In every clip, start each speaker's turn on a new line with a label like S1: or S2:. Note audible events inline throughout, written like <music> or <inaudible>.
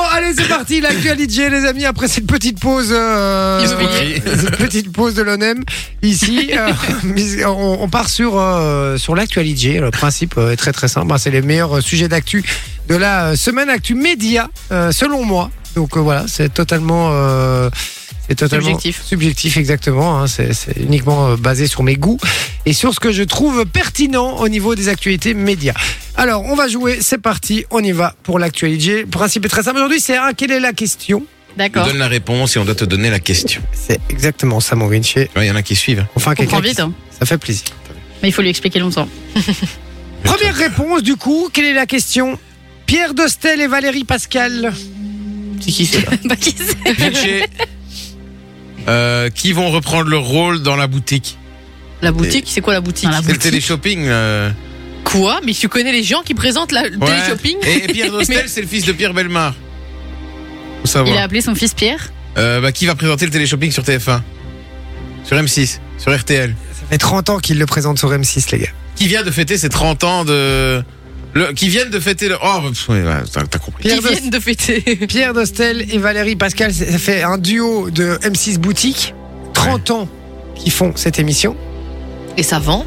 S1: Oh, Allez, c'est parti, l'actualité, les amis, après cette petite pause. euh,
S2: Ils ont
S3: écrit.
S1: <laughs> cette petite pause de l'ONEM.
S2: <laughs>
S1: Ici, euh, <laughs> mais on, on part sur, euh, sur l'actualité. Le principe euh, est très très simple. hein, c'est les meilleurs euh, sujets d'actu de la euh, semaine Actu Média, euh, selon moi. Donc euh, voilà, c'est totalement. euh, c'est totalement
S2: Subjectif.
S1: Subjectif, exactement. hein, c'est c'est uniquement euh, basé sur mes goûts et sur ce que je trouve pertinent au niveau des actualités médias. Alors, on va jouer, c'est parti, on y va pour l'actualité. Le principe est très simple aujourd'hui, c'est un, quelle est la question
S3: On
S2: D'accord.
S3: donne la réponse et on doit te donner la question.
S1: C'est exactement ça, mon Vinci.
S3: Tu vois, Il y en a qui
S2: <laughs>
S3: suivent.
S1: Enfin,
S2: On
S1: quelqu'un
S2: prend
S1: qui-
S2: vite, hein.
S1: ça fait plaisir.
S2: mais il faut lui expliquer longtemps.
S1: Première réponse, du coup, quelle est la question Pierre Dostel et Valérie Pascal.
S2: C'est
S4: <laughs>
S2: qui c'est Bah qui c'est
S3: Vinci, euh, qui vont reprendre leur rôle dans la boutique
S2: La boutique, c'est quoi la boutique
S4: Dans la
S3: C'est le téléshopping. euh.
S4: Quoi Mais tu connais les gens qui présentent la, le
S3: Ouais.
S4: téléshopping
S3: Et et
S2: <laughs>
S3: Pierre Dostel, c'est le fils de Pierre Belmar. Faut
S2: Il
S3: savoir.
S2: a appelé son fils Pierre.
S3: Euh, bah, qui va présenter le téléshopping sur TF1 Sur M6 Sur RTL
S1: Ça fait 30 ans qu'il le présente sur M6, les gars.
S3: Qui vient de fêter ses 30 ans de. Le... Qui viennent de fêter le. Oh, pff, ouais, ouais, t'as t'as compris.
S1: Pierre
S4: Ils
S1: Dost-
S4: viennent de fêter.
S1: Pierre Dostel et Valérie Pascal, ça fait un duo de M6 Boutique. 30 ans qu'ils font cette émission.
S4: Et ça vend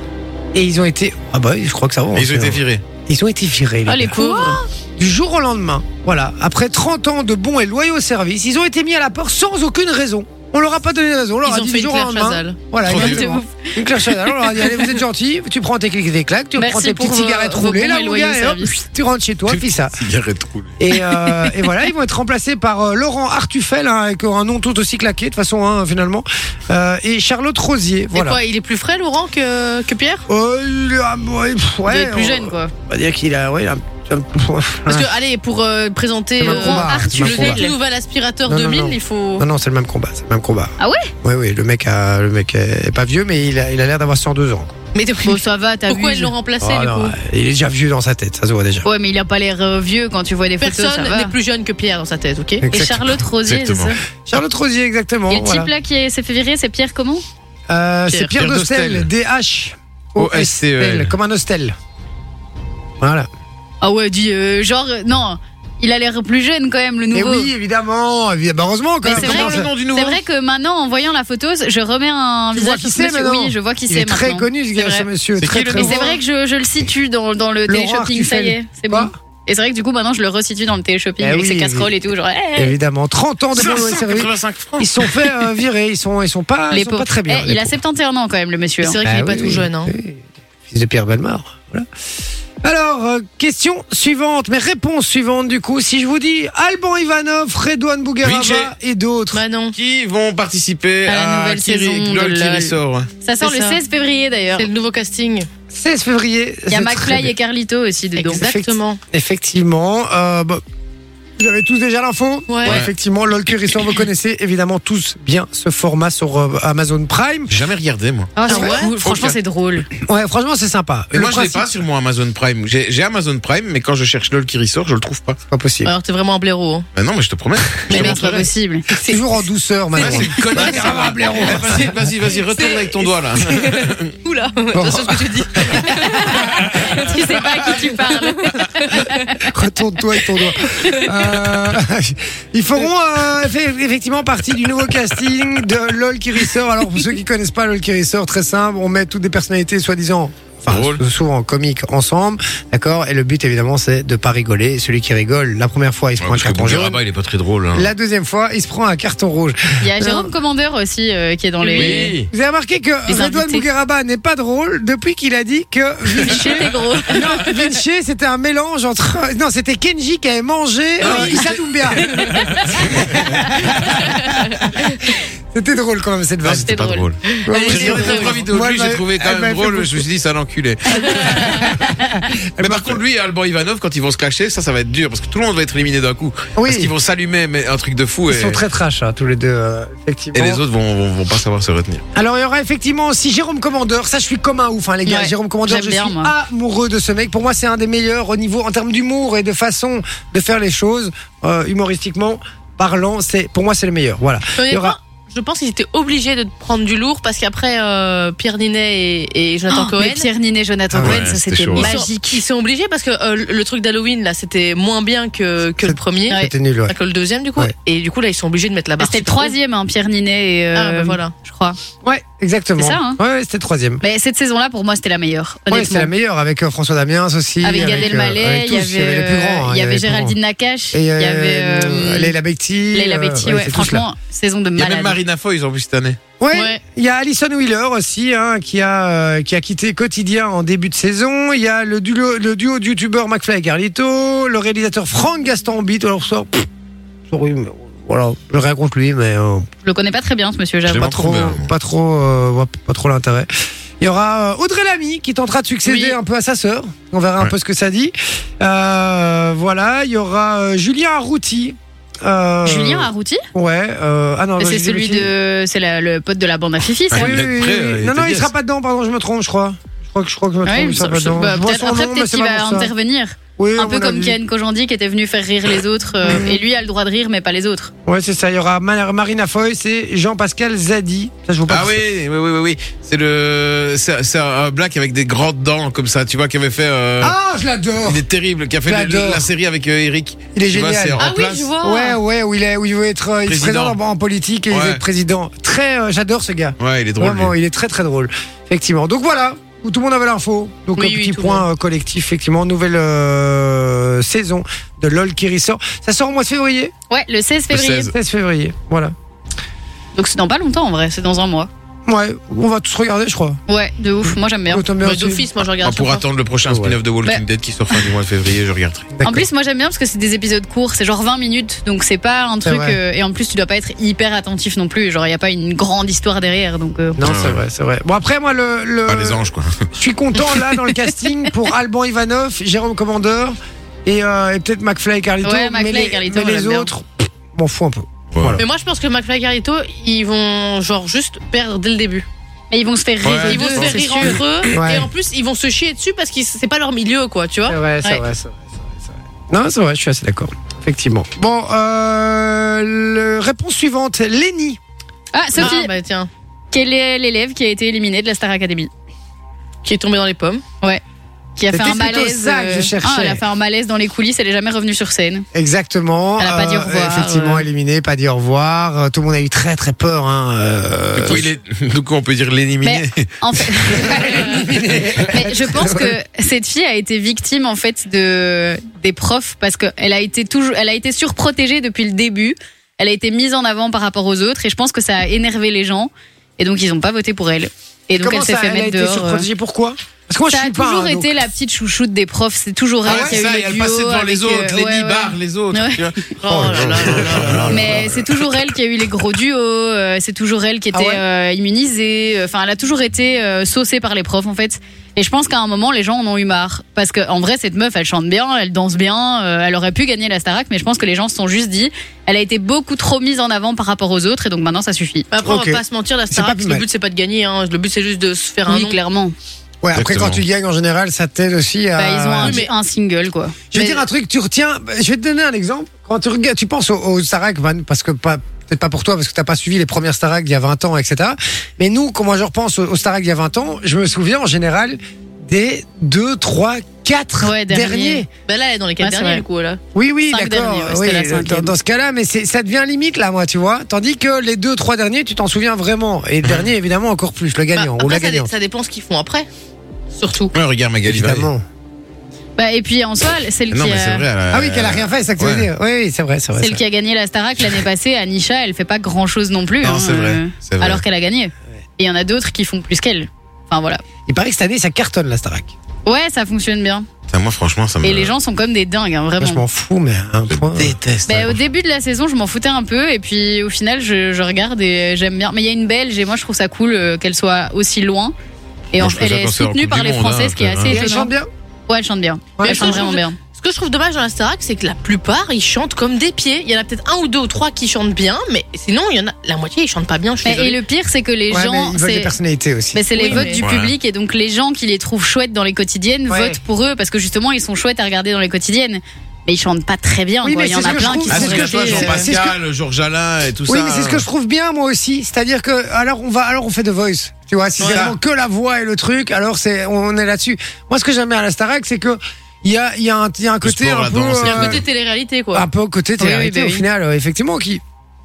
S1: Et ils ont été. Ah bah, je crois que ça va.
S3: Et ils ont
S1: en fait.
S3: été virés.
S1: Ils ont été virés. les
S2: Ah les
S1: gars.
S2: pauvres.
S1: Du jour au lendemain, voilà, après 30 ans de bons et loyaux services, ils ont été mis à la porte sans aucune raison. On leur a pas donné de raison. On leur a
S4: Ils ont
S1: dit
S4: fait
S1: du
S4: une
S1: jour au
S4: Claire
S1: lendemain.
S4: Chazal.
S1: Voilà,
S3: Trop dur.
S1: exactement. Une Claire Chazal. On leur a dit allez, vous êtes gentils, tu prends tes clics et tes claques, tu
S2: Merci
S1: prends tes
S2: pour
S4: euh,
S1: petites
S2: vos-
S1: cigarettes
S2: vos
S1: roulées,
S2: bons
S1: là,
S2: et
S1: mon
S2: loyaux
S1: gars, et hop,
S2: services.
S1: tu rentres chez toi, puis ça.
S3: Cigarette roulée.
S1: Et,
S3: <laughs>
S1: euh, et voilà, ils vont être remplacés par euh, Laurent Artufel, hein, avec un nom tout aussi claqué, de toute façon, hein, finalement, euh, et Charlotte Rosier.
S4: Et
S1: Voilà.
S4: quoi Il est plus frais, Laurent, que, que Pierre
S1: Euh, il est- ah, ouais, pff,
S4: Il
S1: ouais,
S4: est plus
S1: on-
S4: jeune, quoi.
S1: On va dire qu'il a, ouais, un- un-
S4: Parce que, allez, pour euh, présenter
S1: C'est ma
S4: euh,
S1: combat,
S4: Arthur,
S1: c'est ma
S4: le
S1: combat.
S4: tout nouvel aspirateur
S1: Non, non,
S4: 2000,
S1: non.
S4: il faut.
S1: Non, non, c'est le même combat, c'est le même combat.
S2: Ah ouais
S1: Oui, oui, le mec, a, le mec est pas vieux, mais il a il a l'air d'avoir 102
S2: Ah,
S1: ans.
S4: Mais
S2: Bon ça va, t'as
S4: pourquoi ils l'ont remplacé,
S1: Ah
S4: du
S1: non,
S4: coup
S1: il est déjà vieux dans sa tête, ça se voit déjà.
S2: Ouais mais il a pas l'air euh, vieux quand tu vois les photos. ça
S4: Personne
S2: va.
S4: n'est plus jeune que Pierre dans sa tête, ok
S2: Et
S1: Exactement.
S2: Charlotte Rosier, c'est ça
S3: Exactement.
S1: Charlotte Rosier, exactement.
S2: Et le
S1: voilà.
S2: Oh. type là qui est- s'est fait virer, c'est Pierre comment
S1: Euh, c'est Pierre,
S3: Pierre
S1: Dostel,
S3: Dostel.
S1: D-H.
S3: O-S-T-E-L.
S1: Comme un hostel. Voilà.
S2: Ah ouais, dit euh, genre euh, non, il a l'air plus jeune quand même le
S1: Et
S2: nouveau.
S1: Eh oui, évidemment, évi- bah, heureusement quand
S2: Mais
S1: même.
S2: c'est
S1: comment
S2: vrai
S1: ça-
S3: nom du
S2: C'est vrai que maintenant, en voyant la photo, je remets un
S1: Tu vois
S2: visage
S1: qui
S2: sur ce
S1: c'est
S2: monsieur.
S1: maintenant
S2: Oui, je vois qui
S1: Il
S2: c'est
S1: est très
S2: maintenant.
S1: connu ce gars,
S2: C'est
S1: ce
S2: vrai.
S1: monsieur.
S3: C'est
S1: Très,
S3: qui, le
S1: très
S2: Mais
S3: nouveau
S2: c'est
S1: bon.
S2: vrai que je, je le situe dans, dans le
S1: Laurent
S2: téléshopping, ça y
S1: Artufel.
S2: est, c'est
S1: Quoi
S2: bon. Et c'est vrai que du coup, maintenant, je le resitue dans le téléshopping
S1: Eh
S2: avec ses
S1: oui,
S2: casseroles et tout. Genre, eh,
S1: Évidemment, 30 ans de
S3: <laughs>
S1: bons et services.
S3: 585 francs.
S1: Ils se sont fait euh, virer, ils sont, ils sont pas, Ah, ils
S2: les
S1: sont
S2: pauvres.
S1: pas très bien.
S2: Eh,
S1: les
S2: il a
S1: pauvres.
S2: 71 ans quand même, le monsieur.
S4: C'est
S2: hein.
S4: vrai qu'il
S1: Bah
S4: n'est pas
S1: oui,
S4: tout
S1: oui,
S4: jeune, hein.
S1: oui. Fils de Pierre Belmar. Voilà. Alors, euh, question suivante, mais réponse suivante du coup. Si je vous dis Alban Ivanov, Redouane
S3: Vinci.
S1: Bougueraba et d'autres.
S4: Bah non.
S3: Qui vont participer
S2: À la
S3: à,
S2: nouvelle
S3: qui,
S2: saison de
S3: LOL qui
S2: LOL.
S3: les sort
S2: Ça sort le
S4: C'est ça.
S2: 16 février d'ailleurs.
S4: C'est le nouveau casting.
S1: 16 février.
S2: Il y a
S1: c'est très
S2: McFly
S1: bien.
S2: et Carlito aussi dedans.
S1: Exact.
S4: Exactement.
S1: Effectivement. euh, bah, vous avez tous déjà l'info
S4: Ouais.
S3: Ouais.
S1: Effectivement, LOL Curissant, vous connaissez évidemment tous bien ce format sur euh, Amazon Prime.
S3: J'ai Jamais regardé, moi.
S2: Ah, c'est
S4: Ah ouais
S2: cool. Franchement,
S3: Ok.
S2: c'est drôle.
S1: Ouais, franchement, c'est sympa.
S3: Et
S1: Le
S3: moi, je l'ai
S1: principe,
S3: pas sur mon Amazon Prime. J'ai j'ai Amazon Prime, mais quand je cherche LOL qui ressort, je le trouve pas.
S1: c'est pas possible.
S4: Alors, t'es vraiment un blaireau. hein.
S3: Bah non, mais je te promets. Je
S2: Mais
S3: te
S2: mec, c'est pas
S3: montrerai.
S2: possible.
S1: Toujours en douceur,
S3: Ouais,
S1: maintenant.
S3: c'est une connasse. Eh, <laughs> Vas-y, vas-y, vas-y, retourne avec ton doigt là.
S4: Oula Attention à ce que tu dis.
S2: <laughs> tu sais pas à qui tu parles.
S1: Retourne-toi avec ton doigt. Euh, ils feront euh, eff- effectivement partie du nouveau casting de LOL qui ressort. Alors pour ceux qui connaissent pas LOL qui ressort, très simple, on met toutes des personnalités soi-disant. Enfin,
S3: Drôle.
S1: sou- souvent comiques ensemble, d'accord Et le but évidemment c'est de pas rigoler. Celui qui rigole, la première fois il se prend un
S3: Parce que
S1: carton jaune.
S3: Bonjour, il est pas très drôle. hein.
S1: La deuxième fois il se prend un carton rouge.
S2: Il y a Jérôme Commandeur aussi euh, qui est dans les.
S3: Oui.
S1: Vous avez remarqué que
S2: Les
S1: Redouane
S2: invités.
S1: Bougueraba n'est pas drôle depuis qu'il a dit que
S2: Chez les gros.
S1: <laughs> Non, Vinci, c'était un mélange entre. Non, c'était Kenji qui avait mangé euh, Issa Doumbia. c'était drôle quand même cette
S3: Non,
S1: vache.
S3: c'était pas drôle.
S1: Ouais,
S4: Elle
S3: J'ai
S4: était drôle.
S3: regardé deux, trois vidéos de
S1: Moi,
S3: lui,
S1: elle
S3: j'ai trouvé
S1: m'a-
S3: quand
S1: elle m'a
S3: même
S1: fait
S3: drôle.
S1: beaucoup.
S3: Je me suis dit, c'est un enculé. Mais par contre, lui et Alban Ivanov, quand ils vont se clasher, ça, ça va être dur. Parce que tout le monde va être éliminé d'un coup.
S1: Oui.
S3: Parce qu'ils vont s'allumer, mais un truc de fou.
S1: Ils
S3: Et,
S1: sont très trash, hein, tous les deux, euh, effectivement.
S3: et les autres vont, vont, vont pas savoir se retenir.
S1: Alors, il y aura effectivement aussi Jérôme Commandeur. Ça, je suis comme un ouf, hein, les gars.
S2: Ouais,
S1: Jérôme Commandeur,
S2: j'aime
S1: je
S2: bien,
S1: suis
S2: moi.
S1: amoureux de ce mec. Pour moi, c'est un des meilleurs au niveau, en termes d'humour et de façon de faire les choses, euh, humoristiquement parlant. C'est, pour moi, c'est le meilleur. Voilà.
S4: J'en ai
S1: Il y aura-
S4: pas- je pense qu'ils étaient obligés de prendre du lourd parce qu'après euh, Pierre Ninet et, et Jonathan
S2: Oh,
S4: Cohen.
S2: mais Pierre Ninet, Jonathan
S1: Ah ouais,
S2: Cohen, ça
S3: c'était
S2: c'était
S3: chaud.
S4: ils sont-
S2: magique.
S4: Ils sont obligés parce que euh, le truc d'Halloween là c'était moins bien que, que le
S1: C'est-
S4: premier,
S1: C'était nul, ouais.
S4: Enfin, que le deuxième du coup.
S1: Ouais.
S4: Et du coup là ils sont obligés de mettre la barre.
S2: C'était le
S4: super haute.
S2: troisième, hein, Pierre Ninet, et,
S4: Ah, bah
S2: euh,
S4: voilà.
S2: je crois.
S1: Ouais, exactement.
S2: C'est ça, hein
S1: ouais, ouais, c'était le troisième.
S2: Mais cette saison-là, pour moi, c'était la
S1: Ouais,
S2: meilleure.
S1: c'était
S2: Honnêtement.
S1: la meilleure avec euh, François Damiens aussi.
S2: avec Gad
S1: euh,
S2: Elmaleh,
S1: avec
S2: il
S1: tous,
S2: y avait,
S1: les plus grands. hein,
S2: il y avait
S1: les plus grands.
S2: Géraldine Nakache, il
S1: Et
S2: y
S1: euh,
S2: avait euh,
S1: Leila Bekti.
S2: Leila
S1: euh,
S2: Bekti,
S1: ouais,
S2: ouais,
S1: c'est tous
S2: franchement, saison de
S3: Il y a même
S2: malade.
S3: Marina Foy en plus cette année.
S1: là. Ouais,
S4: Ouais.
S1: Il y a Alison Wheeler aussi, hein, qui, a, euh, qui a quitté Quotidien en début de saison. Il y a le duo, le duo du youtubeur McFly et Carlito, le réalisateur Franck Gaston Bit. Alors, ça, pff, sorry, mais voilà, je rien contre lui, mais euh,
S2: Je le connais pas très bien, ce monsieur, j'avoue.
S3: l'ai
S1: pas,
S3: manqué,
S1: trop,
S3: mais-
S1: pas trop, euh, ouais, pas trop l'intérêt. Il y aura euh, Audrey Lamy qui tentera de succéder
S4: Oui.
S1: un peu à sa sœur. On verra un
S3: Ouais.
S1: peu ce que ça dit. Euh, voilà, il y aura euh, Julien Arrouti. Euh,
S2: Julien Arrouti
S1: Ouais. euh, ah non,
S2: C'est
S1: j'ai dit
S2: celui
S1: le film.
S2: de. C'est la- le pote de la bande à Fifi, ça
S3: Ouais,
S1: Oui,
S3: Il
S1: oui,
S3: va être prêt,
S1: oui, oui.
S3: euh, il
S1: Non,
S3: était
S1: non, il
S3: bien,
S1: sera
S3: ça.
S1: pas dedans, pardon, je me trompe, je crois. Je crois que je, crois que je me trompe,
S2: Ouais, il me
S1: il sera
S2: semble-
S1: pas
S2: je-
S1: dedans.
S2: bah,
S1: Je vois
S2: peut-être-
S1: son
S2: Après,
S1: nom, mais
S2: peut-être
S1: c'est
S2: qu'il
S1: pas
S2: va
S1: pour ça.
S2: intervenir.
S1: Oui, à
S2: Un peu
S1: mon
S2: comme
S1: avis.
S2: Ken Kojandi qui était venu faire rire les autres. euh,
S1: Mhm.
S2: Et lui a le droit de rire, mais pas les autres.
S1: Ouais, c'est ça. Il y aura Ma- Marina Foy, c'est Jean-Pascal Zadi. Ça, je vois pas.
S3: Ah oui, oui, oui, oui, oui. C'est le, c'est c'est un black avec des grandes dents comme ça, tu vois, qui avait fait. euh,
S1: Ah, je l'adore.
S3: Il est terrible, qui a fait le-
S1: J'adore.
S3: la série avec euh, Eric.
S1: Il est
S3: Tu vois,
S1: génial.
S3: c'est en
S4: Ah oui,
S3: place.
S4: je
S2: Oh.
S4: vois.
S1: Ouais, ouais, où il est, où il veut être, euh, il se
S3: Président.
S1: présente en, en politique et il veut
S3: Ouais.
S1: être président. Très, euh, j'adore ce gars.
S3: Ouais, il est drôle. lui.
S1: Vraiment, il est très très drôle. Effectivement. Donc voilà, où tout le monde avait l'info. Donc
S4: Oui,
S1: un
S4: oui,
S1: petit
S4: tout le
S1: point euh, collectif, effectivement, nouvelle euh, saison de LOL qui ressort. Ça sort au mois de février,
S2: Ouais, le 16
S3: Le
S2: février.
S3: 16.
S1: 16 février. Voilà.
S2: Donc c'est dans pas longtemps en vrai, c'est dans un mois.
S1: Ouais, on va tous regarder, je crois.
S2: Ouais, de ouf. Moi j'aime bien.
S1: Autant Oh, bien
S4: Bah,
S1: aussi.
S4: D'office moi je regarde.
S3: Ah, pour
S4: chaque
S3: attendre le prochain
S1: Ouais.
S3: spin-off de Walking
S2: Bah.
S3: Dead qui sort fin du mois de février, je regarderai.
S2: En plus, moi j'aime bien parce que c'est des épisodes courts, c'est genre 20 minutes, donc c'est pas un
S1: C'est
S2: truc.
S1: vrai.
S2: euh, et en plus, tu dois pas être hyper attentif non plus. Genre, il y a pas une grande histoire derrière, donc. euh,
S1: Non,
S3: Ouais,
S1: c'est
S3: ouais.
S1: vrai, c'est vrai. Bon, après, moi, le, le-
S3: Pas les anges, quoi.
S1: je suis content là dans le casting
S2: <laughs>
S1: pour Alban Ivanov, Jérôme Commandeur et, euh, et peut-être McFly et Carlito.
S2: Ouais, McFly
S1: mais les,
S2: et Carlito,
S1: mais
S2: on
S1: les
S2: l'aime bien.
S1: autres, pff, m'en fous un peu.
S3: Voilà.
S4: Mais moi, je pense que McFly et Carlito, ils vont genre juste perdre dès le début.
S2: Mais ils vont se faire rire.
S3: Ouais,
S2: les
S4: ils vont
S2: deux,
S4: se faire
S2: c'est
S4: rire
S2: sûr.
S4: entre eux
S1: Ouais.
S4: et en plus, ils vont se chier dessus parce que c'est pas leur milieu, quoi, tu
S2: Euh,
S4: vois.
S1: C'est vrai, c'est
S4: Ouais.
S1: vrai, c'est vrai, c'est vrai, c'est vrai. Non, c'est vrai, je suis assez d'accord. Effectivement. Bon, euh, le- réponse suivante, Lenny.
S2: Ah, Sophie,
S4: Ah, bah tiens,
S2: quel est l'élève qui a été éliminé de la Star Academy
S4: qui est tombé dans les pommes.
S2: Qui a fait
S1: C'était
S2: un
S1: plutôt
S2: malaise.
S1: ça que je
S2: euh,
S1: cherchais.
S2: ah, elle a fait un malaise dans les coulisses, elle est jamais revenue sur scène.
S1: Exactement.
S2: Elle a pas dit au revoir,
S1: Effectivement,
S2: euh.
S1: éliminé, pas dit au revoir. Euh, Tout le monde a eu très très peur. Hein. euh,
S3: Du coup, il est- <laughs> du coup, on peut dire l'éliminer.
S2: <laughs> En
S3: <laughs>
S2: fait. Mais je pense que cette fille a été victime en fait de des profs parce qu'elle a été toujours, elle a été surprotégée depuis le début. Elle a été mise en avant par rapport aux autres et je pense que ça a énervé les gens et donc ils ont pas voté pour elle. Et donc
S1: Comment
S2: elle s'est
S1: ça,
S2: fait
S1: elle a
S2: mettre
S1: été
S2: dehors. euh.
S1: surprotégée Pourquoi Parce que moi,
S2: ça
S1: je
S2: a
S1: suis pas.
S2: toujours
S1: hein, donc-
S2: été la petite chouchoute des profs, c'est toujours elle
S3: Ah ouais,
S2: qui a eu
S3: ça,
S2: le
S3: et elle
S2: duo
S3: passait devant les
S2: avec, euh,
S3: autres, les
S2: ouais,
S3: dix
S2: ouais.
S3: barres, les autres.
S2: Ouais.
S3: tu vois.
S4: Oh, là là là là.
S3: Ah
S2: Mais c'est toujours elle qui a eu les gros duos, euh, c'est toujours elle qui était
S1: Ah ouais
S2: euh, immunisée, enfin elle a toujours été euh, saucée par les profs en fait. Et je pense qu'à un moment les gens en ont eu marre parce que en vrai cette meuf elle chante bien, elle danse bien, euh, elle aurait pu gagner la Starac mais je pense que les gens se sont juste dit elle a été beaucoup trop mise en avant par rapport aux autres et donc maintenant ça suffit.
S4: Mais Après,
S1: Ok.
S4: on va pas se mentir, la
S1: C'est
S4: Starac,
S1: pas plus
S4: le
S1: mal.
S4: but, c'est pas de gagner. hein. Le but, c'est juste de se faire un
S2: Oui
S4: nom.
S2: clairement.
S1: Ouais, après,
S3: Exactement.
S1: quand tu gagnes, en général, ça t'aide aussi à.
S2: Bah, ils ont un,
S4: Ah mais-
S2: un single quoi.
S1: Je vais
S4: Mais-
S1: dire un truc, tu retiens. Je vais te donner un exemple. Quand tu regardes, tu penses au, au Starac, Van, parce que pas. Peut-être pas pour toi parce que t'as pas suivi les premières Starac d'il y a 20 ans, etc. Mais nous, quand moi je repense au, au Starac d'il y a 20 ans, je me souviens en général des 2, 3, 4
S2: Ouais,
S1: derniers.
S2: derniers.
S4: Bah là, elle est dans les quatre
S2: Ouais, c'est
S4: derniers,
S2: vrai.
S4: du coup, là.
S1: Oui, oui,
S2: Cinq
S1: d'accord.
S2: derniers, ouais,
S1: oui, euh,
S2: c'était la
S1: dans,
S2: cinquième.
S1: dans ce cas-là, mais c'est- ça devient limite là, moi, tu vois. Tandis que les 2, 3 derniers, tu t'en souviens vraiment. Et le
S2: <laughs>
S1: dernier, évidemment, encore plus, le
S4: Bah,
S1: gagnant ou
S4: après,
S1: la
S4: ça, dé-
S1: gagnante.
S4: ça dépend ce qu'ils font après. Surtout.
S3: Ouais, regarde Magali. Vaille.
S1: Évidemment.
S2: Bah, et puis en soi celle
S3: Non,
S2: qui euh,
S3: mais c'est
S2: a...
S3: vrai. elle a-
S1: Ah oui, qu'elle a rien fait, c'est ça que tu veux
S3: Euh, Ouais.
S1: dire. Oui, oui, c'est vrai, c'est vrai.
S2: Celle qui a gagné la Starac l'année passée, Anisha, elle fait pas grand chose non plus.
S3: Non,
S2: hein,
S3: c'est
S2: euh,
S3: vrai. c'est vrai.
S2: alors qu'elle a gagné. Et il y en a d'autres qui font plus qu'elle. Enfin voilà.
S1: Il paraît que cette année, ça cartonne la Starac.
S2: Ouais, ça fonctionne bien.
S3: Putain, moi, franchement, ça me.
S2: Et les gens sont comme des dingues, hein,
S1: Moi, je
S2: vraiment.
S1: m'en fous, mais à un point. euh,
S3: détestent.
S2: Ben, au début de la saison, je m'en foutais un peu, et puis au final, je, je regarde et j'aime bien. Mais il y a une Belge, et moi, je trouve ça cool euh, qu'elle soit aussi loin. Et
S3: Moi,
S2: en-
S3: je faisais
S2: elle est
S3: penser à la
S2: soutenue
S3: Coupe
S2: par
S3: du
S2: les
S3: Monde, hein,
S2: Françaises, ce qui est
S3: un peu,
S2: assez
S1: Et elle
S2: étonnant.
S1: chante bien.
S2: Ouais, elle chante bien.
S1: Ouais,
S2: elle
S1: elle
S2: chante
S4: chante
S2: vraiment bien.
S4: Ce que je trouve dommage dans la Starac, c'est que la plupart, ils chantent comme des pieds. Il y en a peut-être un ou deux ou trois qui chantent bien, mais sinon, il y en a la moitié, ils chantent pas bien. Je suis
S2: Mais- et
S4: désolée.
S2: le pire, c'est que les
S1: Ouais,
S2: gens.
S1: mais ils veulent
S2: c'est-
S1: des personnalités aussi.
S2: Mais c'est les
S4: Oui,
S2: votes
S4: mais-
S2: du
S3: Ouais.
S2: public et donc les gens qui les trouvent chouettes dans les quotidiennes
S1: Ouais.
S2: votent pour eux parce que justement ils sont chouettes à regarder dans les quotidiennes. Mais ils chantent pas très bien.
S1: Oui,
S2: quoi.
S1: mais
S2: Il y en
S1: c'est
S2: a
S1: ce que
S2: plein
S1: je
S2: qui
S1: trouve.
S3: Ah,
S1: C'est
S3: c'est
S2: sont
S1: ce
S3: ce
S1: que
S3: que
S1: je- euh,
S3: Jean
S1: c'est ce que-
S3: Pascal, Georges Alain et tout ça.
S1: Oui, mais c'est ce que je trouve bien moi aussi. C'est-à-dire que alors on va alors on fait The Voice. Tu vois, si c'est
S3: Voilà.
S1: vraiment que la voix et le truc, alors c'est on est là-dessus. Moi, ce que j'aime bien à la Starac, c'est que il y a il y a un, il y a un côté
S3: sport,
S1: un
S3: la
S1: peu
S3: danse,
S4: Il y a un
S1: euh,
S4: côté télé-réalité,
S2: Ah,
S4: quoi.
S1: un peu côté
S4: Oui, oui,
S1: télé
S4: bah
S1: au
S4: oui.
S1: final, euh, effectivement, qui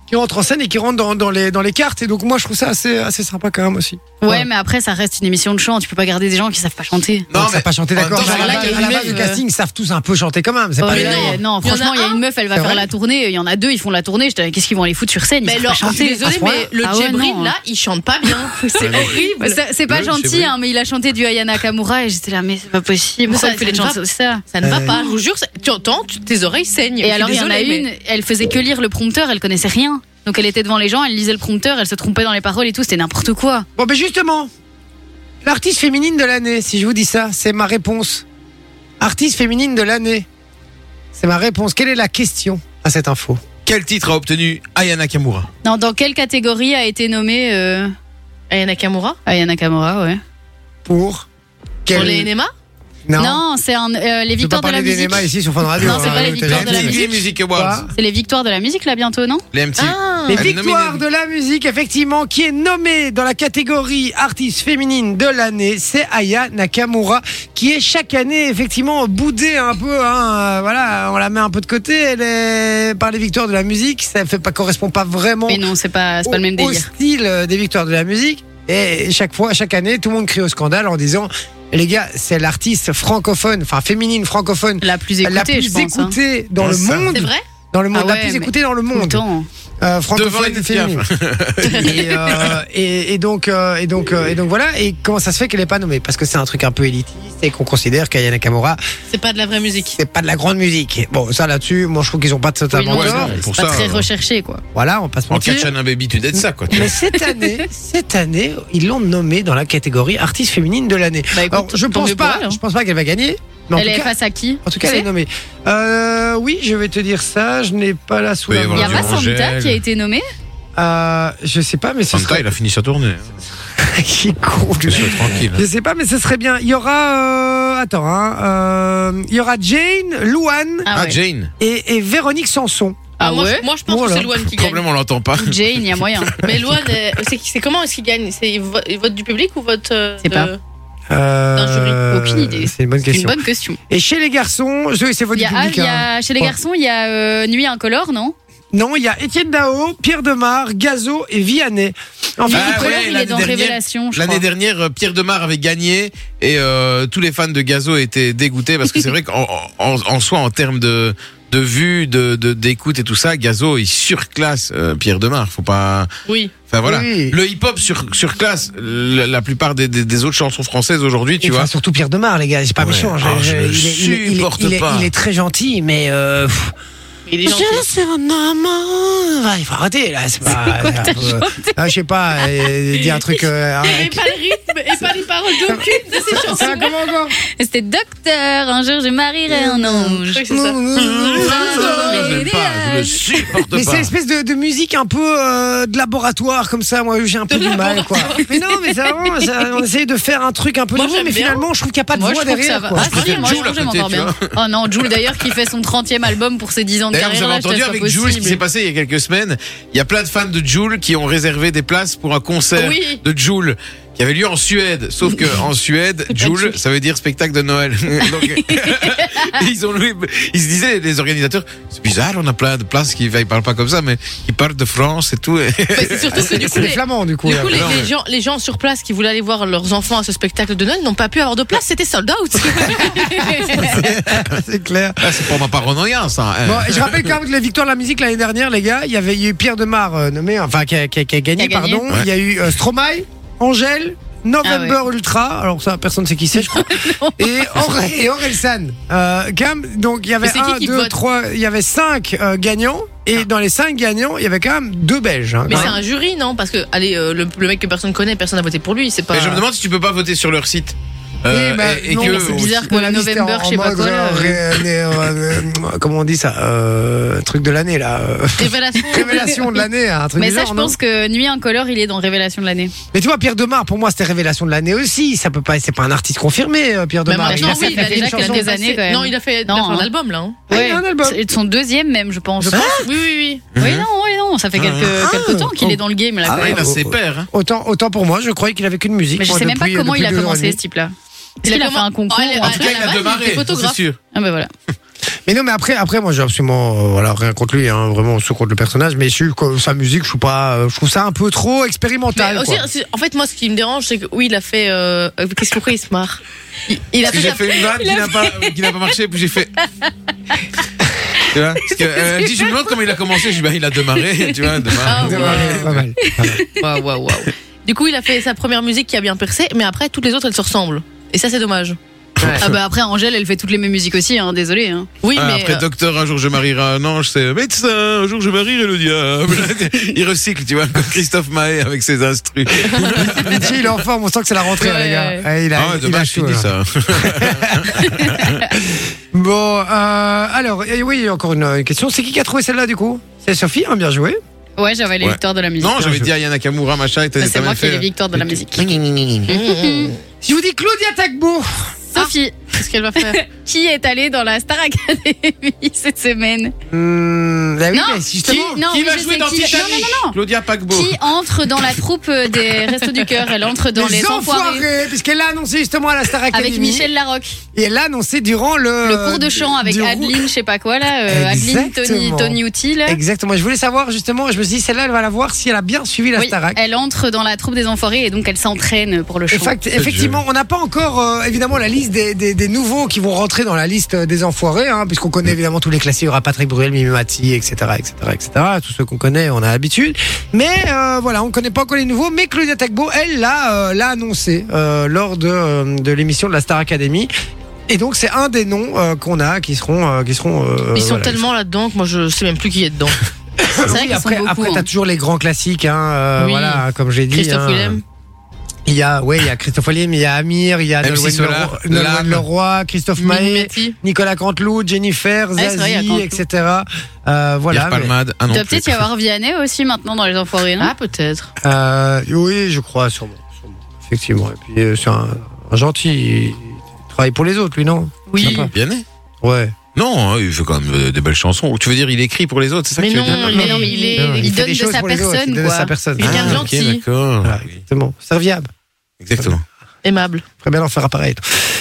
S1: qui rentre en scène et qui rentre dans, dans les dans les cartes. Et donc moi, je trouve ça assez assez sympa quand même aussi.
S2: Ouais, mais après, ça reste une émission de chant. Tu peux pas garder des gens qui savent pas chanter.
S1: Non,
S3: euh, Non,
S1: ça
S3: mais
S1: pas chanté
S3: en
S1: d'accord.
S3: même temps,
S1: mais
S4: c'est
S1: à la
S4: là
S1: base-
S4: qu'il
S1: à la
S4: y a
S1: base
S4: une
S1: du
S3: euh,
S4: meuf,
S1: casting, ils savent tous un peu chanter quand même. C'est
S2: Oh,
S1: pas
S2: il y a-
S1: énorme.
S4: énorme.
S2: non,
S4: Il y en a
S2: franchement, il y, a
S4: un
S2: une meuf, elle va
S1: C'est
S2: faire
S1: vrai
S2: la tournée. Il y en a deux, ils font la tournée. J'étais là, qu'est-ce qu'ils vont aller foutre sur scène Ils
S4: Mais
S2: savent
S4: leur,
S2: pas
S4: je suis
S2: chanter.
S4: désolée,
S2: à ce
S4: mais
S2: point-là.
S4: le
S2: Ah ouais,
S4: Djibril,
S2: non.
S4: là, il chante pas
S2: <laughs>
S4: bien. C'est
S3: Ouais.
S4: horrible.
S2: C'est- C'est pas
S3: Oui, c'est
S2: gentil,
S3: vrai.
S2: hein, mais il a chanté du Aya Nakamura et j'étais là, mais c'est pas possible.
S4: Mais ça-
S2: Pourquoi il fait les
S4: ça ne va-
S2: chansons ça
S4: Ça ne va
S1: Euh.
S4: pas, je vous jure. c'est- Tu entends, tu- tes oreilles saignent. Je
S2: Et
S4: suis
S2: alors, il y en a
S4: désolée, mais-
S2: une, elle faisait que lire le prompteur, elle connaissait rien. Donc, elle était devant les gens, elle lisait le prompteur, elle se trompait dans les paroles et tout, c'était n'importe quoi.
S1: Bon, ben justement, l'artiste féminine de l'année, si je vous dis ça, c'est ma réponse. Artiste féminine de l'année, c'est ma réponse. Quelle est la question à cette info
S3: quel titre a obtenu Aya Nakamura
S2: Non, dans quelle catégorie a été nommée euh,
S4: Aya Nakamura
S2: Aya Nakamura, ouais.
S1: Pour
S4: Pour
S1: quelle-
S4: les NMA
S1: Non,
S2: Non, c'est un, euh, les
S1: je peux pas
S2: victoires de la
S1: parler des
S2: musique.
S1: NMA ici sur Fun Radio.
S2: Non, c'est pas les
S1: euh,
S2: victoires de la
S1: TNT.
S2: musique.
S3: Les Music Awards,
S1: Quoi Hein
S2: C'est les victoires de la musique là bientôt, non
S3: les MTV.
S4: Ah
S1: Les
S3: Elle est
S1: victoires
S3: nominée.
S1: de la musique, effectivement, qui est nommée dans la catégorie artiste féminine de l'année, c'est Aya Nakamura, qui est chaque année, effectivement, boudée un peu. hein, euh, voilà, on la met un peu de côté. Elle est par les victoires de la musique, ça fait pas correspond pas vraiment
S2: Mais non, c'est pas, c'est
S1: au,
S2: pas le même
S1: au
S2: délire.
S1: style euh, des victoires de la musique. Et chaque fois, chaque année, tout le monde crie au scandale en disant les gars, c'est l'artiste francophone, enfin féminine francophone.
S2: La plus écoutée,
S1: La plus
S2: je pense. hein.
S1: écoutée dans
S3: Ah,
S1: le
S3: ça.
S1: monde,
S4: C'est vrai
S1: dans le monde,
S2: Ah
S1: la
S2: ouais,
S1: plus
S2: mais
S1: écoutée dans le
S2: Tout le
S1: monde
S2: temps.
S1: euh,
S3: Devant
S1: francophone
S3: Edith
S1: féminine. et, euh, et, et donc euh, et donc euh, et donc voilà et comment ça se fait qu'elle est pas nommée parce que c'est un truc un peu élitiste et qu'on considère qu'Aya Nakamura
S4: C'est pas de la vraie musique.
S1: c'est pas de la grande musique bon ça là-dessus moi je trouve qu'ils ont pas de
S2: Oui,
S1: totalement
S2: non,
S3: ouais,
S1: tort.
S3: non,
S2: c'est
S3: pour
S2: pas
S3: ça,
S2: très
S3: euh,
S2: recherché, quoi.
S1: voilà on passe
S3: En
S1: mentir
S3: catchant un baby, tu d'aides ça, quoi. tu vois.
S1: mais cette année cette année ils l'ont nommée dans la catégorie artiste féminine de l'année
S4: Bah écoute,
S1: alors je
S4: tant
S1: pense
S4: mieux
S1: pas
S4: pour elle, hein.
S1: je pense pas qu'elle va gagner mais en
S2: Elle
S1: tout
S2: est
S1: cas
S2: face à qui
S1: en tout cas,
S2: Tu
S1: elle est
S2: sais
S1: nommée. Euh, oui, je vais te dire ça. Je n'ai pas la sous
S3: Oui,
S1: la
S3: il
S2: Il
S1: main.
S2: n'y a
S3: Voilà,
S2: pas
S3: du
S2: Santa
S3: Rangel.
S2: qui a été nommée
S1: Euh, je sais pas, mais ce
S3: Santa,
S1: serait
S3: il a fini sa tournée.
S1: <laughs> qui est con. lui.
S3: Que sois tranquille.
S1: Je sais pas, mais ce serait bien. Il y aura. euh, attends, hein, euh, il y aura Jane, Louane
S2: Ah,
S3: Ah,
S2: ouais.
S3: Jane.
S1: et, et Véronique Sanson.
S2: Ah
S4: moi,
S2: ouais
S4: je- moi, je pense
S1: Oh
S4: que
S1: là.
S4: c'est Loane qui gagne.
S3: Problème, on l'entend pas.
S2: Jane, il y
S1: <laughs>
S2: a moyen.
S4: Mais Loane, euh, c'est c'est comment est-ce qu'il gagne C'est vo- vote du public ou vote euh,
S2: C'est pas.
S4: de-
S1: Euh,
S2: aucune idée.
S1: C'est une bonne
S2: C'est une
S1: question.
S2: bonne question.
S1: Et chez les garçons, Zoé, c'est votre
S2: Il y a, ah,
S1: public.
S2: il y
S1: hein.
S2: a- chez les
S1: Ouais.
S2: garçons, il y a euh, Nuit incolore, non
S1: Non, il y a Étienne Dao, Pierre Demar, Gazo et Vianney. En fait,
S2: Nuit
S3: Ah
S2: incolore,
S3: ouais,
S2: il est
S3: l'année
S2: dans
S3: dernière-
S2: Révélation, je crois.
S3: L'année dernière, euh, Pierre Demar avait gagné et euh, tous les fans de Gazo étaient dégoûtés parce que c'est vrai qu'en en, en soi, en termes de de vue, de de- d'écoute et tout ça, Gazo il surclasse euh, Pierre Demar. Faut pas.
S4: Oui.
S3: Enfin voilà.
S1: Oui.
S3: Le hip-hop sur surclasse la, la plupart des, des, des autres chansons françaises aujourd'hui, tu
S1: Et enfin,
S3: vois.
S1: surtout Pierre Demar, les gars, c'est pas
S3: Ouais.
S1: méchant.
S3: Ah, je
S1: il,
S3: le
S1: est- il est- il est-
S3: supporte
S1: il est-
S3: pas.
S1: il est très gentil, mais. euh, pff,
S4: Il est
S1: Je
S4: gentil.
S1: suis un amant. Enfin, Il faut arrêter là, c'est pas. c'est un peu- Ah, je sais pas, euh, dis un truc.
S2: <laughs>
S1: euh,
S4: Il
S1: un-
S4: avait pas le rythme et pas les paroles d'aucune de ses chansons.
S1: Ça, comment encore
S2: C'était Docteur, un jour je marierai un
S4: Je
S2: ange.
S4: crois que c'est ça.
S1: Mmh,
S4: Mmh,
S3: Je l'aime pas, je le supporte
S1: Mais c'est
S3: pas.
S1: l'espèce de, de musique un peu euh, de laboratoire comme ça. Moi, j'ai un peu
S4: De
S1: du mal, quoi. Mais non, mais ça, vraiment, ça, on essaye de faire un truc un peu
S4: Moi,
S1: nouveau,
S4: j'aime
S1: mais
S4: bien.
S1: finalement, je trouve qu'il n'y a pas de
S2: Moi, je
S1: voix
S2: trouve que ça
S1: derrière.
S2: va.
S1: quoi.
S2: Ah, si,
S3: préfère
S2: moi, je
S3: Jul
S2: trouve que
S3: à
S2: j'aime
S3: côté,
S2: encore
S3: tu
S2: bien. Oh non, Jules d'ailleurs qui fait son 30e album pour ses 10 ans de
S3: D'ailleurs, vous
S2: carrière.
S3: avez
S2: là, je
S3: entendu
S2: trouve ça
S3: avec Jules ce qui s'est
S2: possible.
S3: passé il y a quelques semaines. Il y a plein de fans de Jules qui ont réservé des places pour un concert
S4: Oui.
S3: de Jules qui avait lieu en Suède. Sauf que en Suède, Jules, ça veut dire spectacle de Noël. Donc, ils ont loué- ils se disaient les organisateurs, c'est bizarre, on a plein de places qui ils parlent pas comme ça, mais ils parlent de France et tout. Et
S4: Mais Bah, c'est surtout que Ah, du coup,
S1: C'est les
S4: les,
S1: flamands, du coup.
S4: du
S1: là.
S4: coup, les,
S3: Non,
S4: les
S3: mais-
S4: gens, les gens sur place qui voulaient aller voir leurs enfants à ce spectacle de Noël n'ont pas pu avoir de place, c'était sold out.
S1: <laughs> c'est clair.
S3: là, c'est pour ma paranoïa ça. hein.
S1: Bon, et je rappelle quand même que les victoires de la musique l'année dernière, les gars, il y avait il y a eu Pierre Demar euh, nommé, enfin qui a, qui a- qui a gagné,
S2: Qui a gagné.
S1: pardon. Il y a eu euh, Stromae, Angèle, November
S2: Ah
S1: Ultra, alors ça personne ne sait qui c'est,
S2: <laughs>
S1: je crois. et Aurel, et Orelsan. Euh, Cam, donc il y avait
S4: Mais c'est qui
S1: un,
S4: qui
S1: deux,
S4: vote
S1: trois, il y avait cinq euh, gagnants et
S2: Ah.
S1: dans les cinq gagnants, il y avait quand même deux Belges. hein,
S4: Mais
S1: quand
S4: c'est
S1: même.
S4: un jury, non Parce que, allez, euh, le, le mec que personne connaît, personne n'a voté pour lui, c'est pas.
S3: Mais je me demande si tu peux pas voter sur leur site. Euh,
S1: Oui, bah,
S3: et- et
S1: non,
S3: que
S1: mais
S2: c'est
S3: on-
S2: bizarre que
S1: on l'a mis,
S2: November,
S1: c'était en-
S2: je sais
S1: en
S2: pas
S1: mode,
S2: quoi,
S1: euh, ré- euh, euh, comment on dit ça Euh, Truc de l'année, là. <laughs> euh,
S4: Révélation.
S1: révélation de l'année, hein, un truc
S2: <laughs> Mais
S1: du
S2: ça,
S1: genre,
S2: je
S1: non
S2: pense que Nuit Incolore, il est dans Révélation de l'année.
S1: Mais tu vois, Pierre Demar, pour moi, c'était révélation de l'année aussi. Ça peut pas, c'est pas un artiste confirmé, euh, Pierre
S2: Mais
S1: Demar.
S2: maintenant,
S1: Il a
S2: oui,
S1: fait-
S2: il a
S1: fait
S2: déjà
S1: une chanson.
S2: quelques années, quand même.
S4: Non, il a fait
S2: Non,
S4: la
S2: hein.
S4: fin d'album là. hein.
S1: Ah, il y a un album.
S2: C'est son deuxième même, je pense.
S4: Oui, oui, oui.
S2: Oui, non, oui, non, ça fait quelques,
S1: Ah.
S2: quelques temps qu'il est dans le game là.
S1: Ah
S2: quand
S3: Ouais,
S2: même.
S3: il a ses pères. hein.
S1: Autant, autant pour moi, je croyais qu'il avait qu'une musique.
S2: Mais je
S1: moi,
S2: sais même pas
S1: depuis-
S2: comment il a
S1: depuis deux ans et
S2: commencé
S1: demi.
S2: ce type-là. Est-ce qu'il a fait
S4: comment-
S2: un concours
S4: Ah, il a-
S2: ou
S3: En
S2: un
S3: tout
S2: truc
S3: cas, il a
S4: il était
S3: démarré, ça, c'est
S4: photographe.
S3: sûr.
S2: Ah ben voilà.
S1: Mais non, mais après, après, moi, j'ai absolument euh, voilà rien contre lui, hein, vraiment sauf contre le personnage, mais je suis quoi, sa musique, je suis pas, euh, je trouve ça un peu trop expérimental.
S4: Mais aussi,
S1: quoi.
S4: c'est- en fait, moi, ce qui me dérange, c'est que oui, il a fait. euh, euh, Qu'est-ce qu'on fait Il se marre. Il, il a
S3: Parce que
S4: fait.
S3: j'ai
S4: sa-
S3: fait une vanne qui n'a pas, qui n'a pas marché, puis j'ai fait. Tu vois Parce que, euh, elle dit, je me demande comment il a commencé. Je dis, bah, il a démarré, <laughs> tu vois,
S4: Ah,
S1: C'est
S3: démarré.
S4: ouais.
S1: pas mal, pas
S2: <laughs>
S1: mal.
S4: Waouh, waouh, waouh. Du coup, il a fait sa première musique qui a bien percé, mais après, toutes les autres, elles se ressemblent. Et ça, c'est dommage.
S2: Ah bah après, Angèle, elle fait toutes les mêmes musiques aussi, hein, désolé. Hein.
S4: Oui,
S3: Ah,
S4: mais.
S3: après,
S4: euh,
S3: docteur, un jour je marierai un ange, c'est médecin, un jour je marierai le diable. il recycle, tu vois, comme Christophe Mahé avec ses instrus.
S1: Pitié, il est en forme, on sent que c'est la rentrée,
S4: Ouais,
S1: les gars.
S4: ouais.
S1: Ouais, il a,
S3: Ah, ouais,
S1: il a
S3: dommage,
S1: chaud,
S3: fini
S1: là.
S3: ça.
S1: Bon, euh, alors, eh oui, encore une, une question. C'est qui qui a trouvé celle-là, du coup C'est Sophie, hein, bien
S2: <laughs>
S1: joué.
S2: Ouais, j'avais les
S3: Ouais.
S2: victoires de la musique.
S3: Non, j'avais
S1: je-
S3: dit à Yana Kamura, machin, et t'as
S2: Bah,
S3: t'as
S2: C'est moi
S3: même
S2: qui ai les
S3: fait. euh,
S2: victoires de la musique.
S1: Si je vous dis Claudia Tagbo,
S2: Sophie,
S4: Qu'est-ce qu'elle va faire
S2: qui est allée dans la Star Academy <laughs> cette semaine
S1: Hum, bah oui,
S2: Non,
S1: mais si justement.
S2: non,
S3: qui
S2: mais
S3: va
S2: je
S3: jouer
S2: sais
S3: dans
S2: qui-
S3: Titanic
S2: Non, non, non, non.
S3: Claudia Pagbo.
S2: Qui entre dans la troupe euh, des Restos du Cœur Elle entre dans les, Enfoirés.
S1: puisqu'elle l'a annoncé justement à la Star Academy.
S2: Avec Michel Larocque.
S1: Et elle l'a annoncé durant le.
S2: le cours de chant avec
S1: du-
S2: Adeline, je sais pas quoi là. euh, Adeline, Tony,
S1: Exactement.
S2: Tony Uti là.
S1: Exactement. Je voulais savoir justement, je me suis dit, celle-là, elle va la voir si elle a bien suivi la
S2: Oui,
S1: Starac.
S2: elle entre dans la troupe des Enfoirés et donc elle s'entraîne pour le chant.
S1: Effect- effectivement, on n'a pas encore euh, évidemment la liste des, des- des nouveaux qui vont rentrer dans la liste des enfoirés, hein, puisqu'on connaît évidemment tous les classiques, il y aura Patrick Bruel, Mimi Mati, etc., etc., etc. Tous ceux qu'on connaît, on a l'habitude. Mais euh, voilà, on ne connaît pas encore les nouveaux. Mais Claudia Tagbo, elle l'a euh, l'a annoncé euh, lors de, euh, de l'émission de la Star Academy. Et donc c'est un des noms euh, qu'on a qui seront euh, qui seront. euh,
S4: Ils sont
S1: voilà,
S4: tellement là-dedans que moi, je sais même plus qui est
S3: <laughs>
S4: dedans.
S2: c'est vrai
S1: oui,
S2: qu'ils sont
S1: après,
S2: beaucoup,
S1: après
S2: hein.
S1: t'as toujours les grands classiques, hein, euh,
S4: Oui.
S1: voilà, comme j'ai dit.
S4: Christophe
S1: hein.
S4: Willem.
S1: Il y a, ouais, il y a Christophe Willem, il y a Amir, il y a
S3: MC
S1: Nolwenn
S3: Solar,
S1: Leroy, Nolwenn
S3: Lame.
S1: Leroy, Christophe Maé,
S4: Mimimati.
S1: Nicolas Canteloup, Jennifer,
S4: Ouais, c'est vrai, il y a
S1: Zazie,
S4: Canteloup.
S1: etc. Euh, voilà.
S3: Pierre Palmade, ah non.
S2: Il doit
S3: plus.
S2: peut-être y avoir Vianney aussi maintenant dans les Enfoirés, non
S4: Ah, peut-être.
S1: mais, euh, oui, je crois, sûrement. sûrement, effectivement. Et puis, euh, c'est un, un gentil. Il travaille pour les autres, lui, non
S4: Oui.
S1: Sympa.
S3: Bien né.
S1: Ouais.
S3: Non, hein, il fait quand même euh, des belles chansons. Ou Tu veux dire, il écrit pour les autres, c'est ça
S4: Mais
S3: que tu veux
S4: non,
S3: dire
S4: il,
S2: Mais non, mais il est-
S1: Non,
S2: il
S1: fait
S2: donne
S1: des
S2: de
S1: choses
S2: sa
S1: pour les autres,
S2: personne,
S1: Il donne de
S2: quoi.
S1: sa personne.
S4: Quelqu'un de
S1: Ah,
S3: ok,
S4: gentil.
S3: D'accord.
S1: Voilà,
S3: Oui,
S1: exactement. Serviable.
S3: Exactement.
S4: Aimable.
S1: Très bien d'en faire pareil.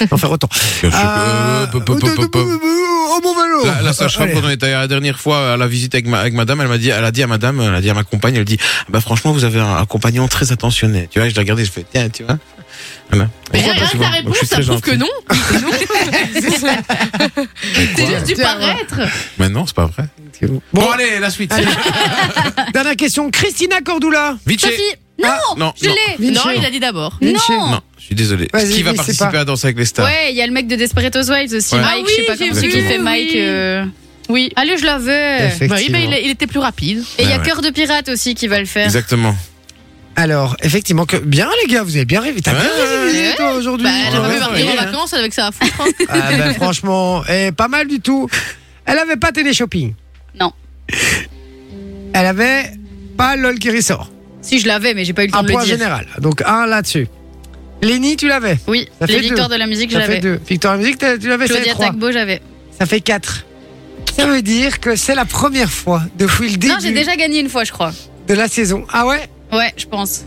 S1: D'en faire autant. Euh,
S3: Euh, pop, pop, pop, pop, pop.
S1: Oh mon vélo
S3: La, la sage-femme,
S1: Allez.
S3: quand on était la dernière fois à la visite avec, ma- avec madame, elle m'a dit, elle a dit à madame, elle a dit à ma compagne, elle dit, bah franchement, vous avez un, un compagnon très attentionné. Tu vois, je l'ai regardé, je fais, tiens, tu vois. Voilà.
S4: Mais
S3: Je vois pas
S4: rien que
S3: souvent,
S4: ta
S3: donc je suis
S4: réponse, ça
S3: très
S4: prouve que
S3: gentil.
S4: non. Non. C'est juste du
S1: Tiens,
S4: paraître.
S3: Mais non, c'est pas vrai.
S1: Bon,
S3: Bon, allez, la suite.
S1: dernière question. Christina Cordula.
S3: Vinci.
S2: Sophie Non
S3: non,
S2: Je
S3: non.
S2: l'ai
S1: Vinci.
S4: Non, il a dit d'abord.
S1: Vinci.
S2: Non.
S3: Non, je suis désolé.
S1: Vas-y,
S3: Qui va
S1: mais c'est
S3: participer
S1: pas-
S3: à Danser avec les stars
S2: Ouais, il y a le mec de Desperate Housewives aussi,
S3: Ouais.
S2: Mike,
S4: Ah oui,
S2: je sais pas
S4: j'ai
S2: comment c'est
S4: vu,
S2: qu'il fait
S4: oui.
S2: Mike. euh.
S4: Oui.
S2: Allez, je l'avais Et
S4: Bah oui, bah,
S1: Effectivement.
S4: il, est- il était plus rapide.
S2: il y a
S3: Ouais, ouais.
S2: Cœur de Pirate aussi qui va le faire.
S3: Exactement.
S1: Alors, effectivement, que... bien les gars, vous avez bien rêvé. T'as
S3: Ouais,
S1: bien révisé,
S4: ouais.
S1: toi, aujourd'hui.
S4: Bah, elle a pas
S3: Ah ouais,
S4: pu partir en
S3: ouais.
S4: vacances avec ça à foutre. hein.
S1: Ah, bah, franchement, eh, pas mal du tout. Elle avait pas télé-shopping.
S2: Non.
S1: Elle avait pas LOL qui ressort.
S2: Si, je l'avais, mais j'ai pas eu le temps
S1: Un
S2: de le
S1: point
S2: dire.
S1: général. Donc, un là-dessus. Lenny, tu l'avais.
S2: Oui,
S1: Ça fait
S2: les victoires de la musique, je
S1: Ça fait
S2: l'avais.
S1: deux. Victoire Musique, t'as- tu l'avais, ça fait
S2: Claudia
S1: trois.
S2: Tagbo, j'avais.
S1: Ça fait quatre. Ça veut dire que c'est la première fois depuis le
S2: Non, j'ai
S1: début
S2: déjà gagné une fois, je crois.
S1: de la saison. Ah ouais
S2: Ouais, je pense.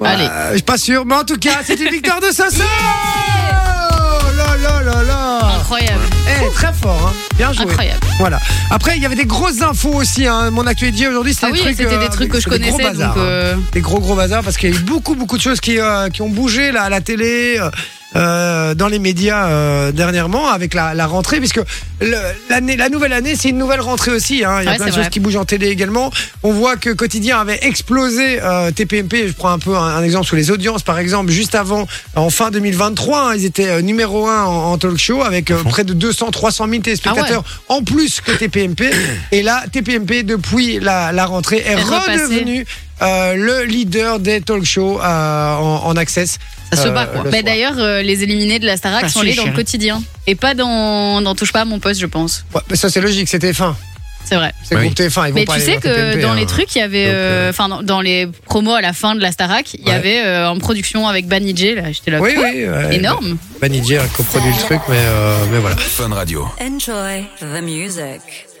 S1: Ouais,
S4: Allez.
S1: euh, je suis pas sûr, mais en tout cas, c'est une victoire de
S2: <laughs>
S1: Soso Oh là là là là
S2: Incroyable,
S1: Eh, Très fort, hein. bien joué.
S2: incroyable.
S1: Voilà. Après, il y avait des grosses infos aussi. hein. Mon actualité aujourd'hui, c'était
S2: Ah oui,
S1: des trucs,
S2: c'était
S1: euh,
S2: des trucs que je
S1: c'était des gros
S2: connaissais.
S1: bazars,
S2: donc,
S1: hein.
S2: euh,
S1: Des gros gros bazars parce qu'il y a eu beaucoup beaucoup de choses qui, euh, qui ont bougé là à la télé, euh, euh, dans les médias euh, dernièrement avec la, la rentrée, puisque le- l'année, la nouvelle année, c'est une nouvelle rentrée aussi. hein. Il y a plein
S2: Ouais,
S1: de
S2: c'est
S1: choses
S2: vrai.
S1: qui bougent en télé également. On voit que quotidien avait explosé euh, TPMP. Je prends un peu un, un exemple sur les audiences, par exemple, juste avant en fin 2023, hein, ils étaient euh, numéro un en, en talk show avec euh, près de 200 300 000 téléspectateurs
S2: Ah
S1: en plus que TPMP. Et là, TPMP depuis la, la rentrée est
S2: Est repassé.
S1: redevenue euh, le leader des talk shows euh, en, en access.
S4: Ça se
S1: euh,
S4: bat, quoi.
S1: le
S2: Bah,
S1: soir.
S2: D'ailleurs, euh, les éliminés de la Starac
S5: Pas
S2: sont les dans le
S5: sûr.
S2: quotidien. Et pas dans, dans Touche pas à mon poste, je pense.
S1: Ouais, mais ça c'est logique, c'est TF1.
S2: C'est vrai.
S1: C'est
S3: Oui.
S1: groupe TF1. Ils vont
S2: Mais
S1: pas
S2: tu
S1: aller
S2: sais
S1: voir
S2: que
S1: TPMP,
S2: dans
S1: hein.
S2: les trucs, il y avait.
S1: Donc,
S2: euh,
S1: euh,
S2: Enfin, dans- dans les promos à la fin de la Starac, il y
S1: Ouais.
S2: avait euh, en production avec Banijé, là. J'étais là.
S1: Oui,
S2: quoi
S1: oui. ouais.
S2: Énorme.
S1: euh, Banijé a coproduit le truc, mais, euh, mais voilà.
S6: Enjoy the music.